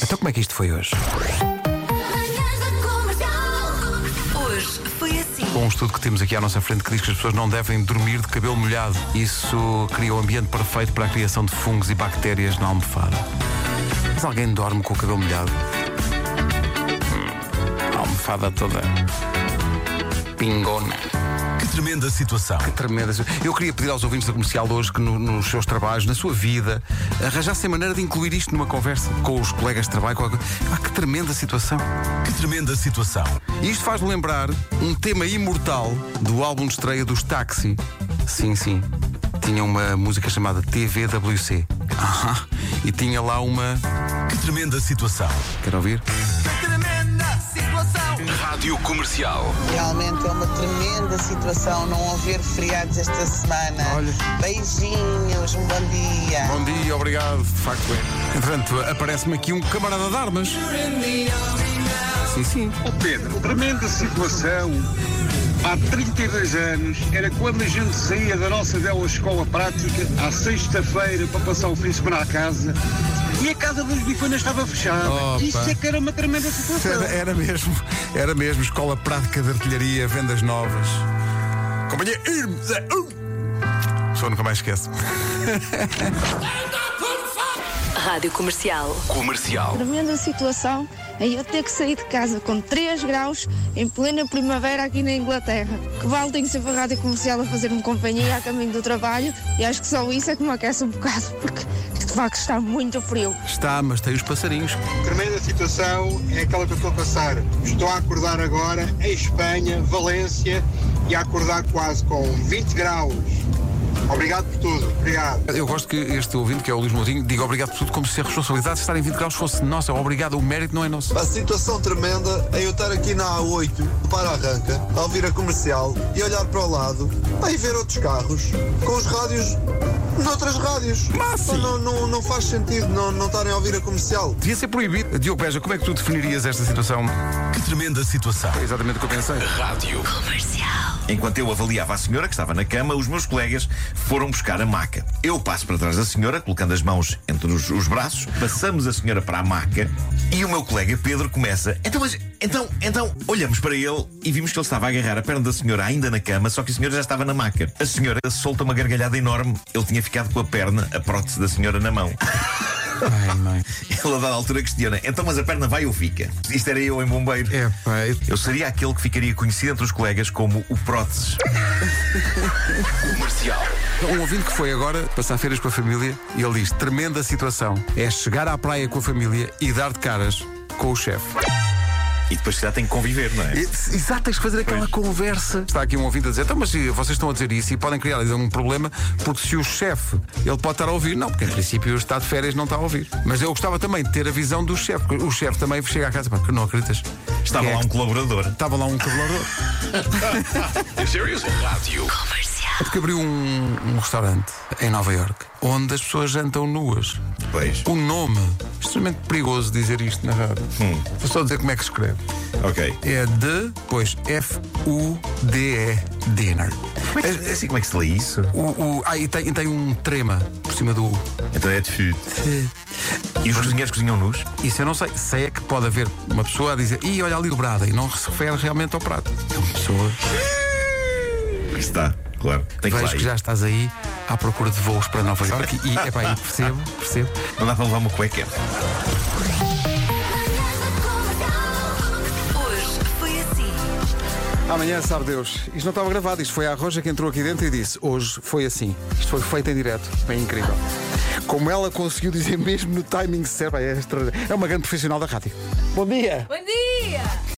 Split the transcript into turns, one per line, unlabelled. Então como é que isto foi hoje?
Manhãs da Comercial.
Hoje foi assim.
Com um estudo que temos aqui à nossa frente que diz que as pessoas não devem dormir de cabelo molhado. Isso cria o ambiente perfeito para a criação de fungos e bactérias na almofada. Mas alguém dorme com o cabelo molhado? Hum, a almofada toda pingona.
Que tremenda situação.
Tremenda. Eu queria pedir aos ouvintes da comercial de hoje que no- nos seus trabalhos, na sua vida, arranjassem maneira de incluir isto numa conversa com os colegas de trabalho. qualquer coisa. Ah, que tremenda situação.
Que tremenda situação.
E isto faz-me lembrar um tema imortal do álbum de estreia dos Taxi. Sim, sim. Tinha uma música chamada TVWC. Aham. E tinha lá uma.
Que tremenda situação.
Quer ouvir?
Rádio Comercial.
Realmente é uma tremenda situação não haver feriados esta semana.
Olha.
Beijinhos, um bom dia.
Bom dia, obrigado. De facto é. Entretanto, aparece-me aqui um camarada de armas. Sim, sim.
Ó Pedro, tremenda situação. Há 32 anos era quando a gente saía da nossa bela escola prática à sexta-feira para passar o fim de semana à casa e a casa dos bifanas estava fechada.
Opa.
Isso é que era uma tremenda situação.
Era, era mesmo, era mesmo. Escola Prática de Artilharia, vendas novas. Companhia Irmes. é, hum. Pessoa nunca mais esquece.
Rádio Comercial.
Comercial.
Tremenda situação é eu ter que sair de casa com 3 graus em plena primavera aqui na Inglaterra. Que vale tenho sempre a rádio comercial a fazer-me companhia a caminho do trabalho e acho que só isso é que me aquece um bocado porque de facto está muito frio.
Está, mas tem os passarinhos.
Tremenda situação é aquela que eu estou a passar. Estou a acordar agora em Espanha, Valência e a acordar quase com 20 graus. Obrigado por tudo. Obrigado.
Eu gosto que este ouvinte, que é o Luís Moutinho, diga obrigado por tudo, como se a responsabilidade de estar em 20 graus fosse nossa. Obrigado, o mérito não é nosso.
A situação tremenda é eu estar aqui na A8, para arranca, a ouvir a comercial e olhar para o lado, aí ver outros carros, com os rádios noutras rádios. Então Não, não, não faz sentido não não estarem a ouvir a comercial.
Devia ser proibido. Diogo Beja, como é que tu definirias esta situação?
Que tremenda situação.
É exatamente o que eu pensei.
Rádio.
Enquanto eu avaliava a senhora que estava na cama, os meus colegas foram buscar a maca. Eu passo para trás da senhora, colocando as mãos entre os, os braços, passamos a senhora para a maca e o meu colega Pedro começa. Então, mas, então, então, olhamos para ele e vimos que ele estava a agarrar a perna da senhora ainda na cama, só que a senhora já estava na maca. A senhora solta uma gargalhada enorme. Ele tinha ficado com a perna, a prótese da senhora na mão.
Ai, mãe.
Ele a dada altura questiona: então, mas a perna vai ou fica? Isto era eu em bombeiro.
É, pai.
Eu seria aquele que ficaria conhecido entre os colegas como o próteses.
Um ouvinte que foi agora passar férias com a família e ele diz: tremenda situação é chegar à praia com a família e dar de caras com o chefe.
E depois se calhar tem que conviver, não é?
Exato, tens que fazer aquela conversa. Está aqui um ouvinte a dizer, então, mas vocês estão a dizer isso e podem criar um problema, porque se o chefe, ele pode estar a ouvir, não, porque em princípio está de férias não está a ouvir. Mas eu gostava também de ter a visão do chefe, porque o chefe também chega à casa, pá, que não acreditas.
Estava
Quem é
lá
que-
um colaborador.
Estava lá um cabelador. Porque abriu um, um restaurante em Nova Iorque onde as pessoas jantam nuas.
Pois.
O nome, extremamente perigoso dizer isto na rádio. Vou só dizer como é que se escreve.
Ok.
É de, pois, F-U-D-E, dinner.
Como é que, assim, como é que se lê isso?
O, o- ah, e tem, e tem um trema por cima do U.
Então é de fute. E os cozinheiros cozinham nus?
Isso eu não sei. Sei é que pode haver uma pessoa a dizer, e olha ali dobrada, e não se refere realmente ao prato. É uma pessoa.
Está, claro. Tem É que
Vejo
lá
que
ir.
já estás aí à procura de voos para Nova Iorque e, epá, e percebo, percebo.
Não dá para levar uma cueca.
Manhãs da Comercial.
Hoje foi assim.
Amanhã sabe Deus. Isto não estava gravado, isto foi a Roja que entrou aqui dentro e disse: Hoje foi assim. Isto foi feito em direto. Bem incrível. Como ela conseguiu dizer mesmo no timing certo, é, extraordinário. é uma grande profissional da rádio.
Bom dia!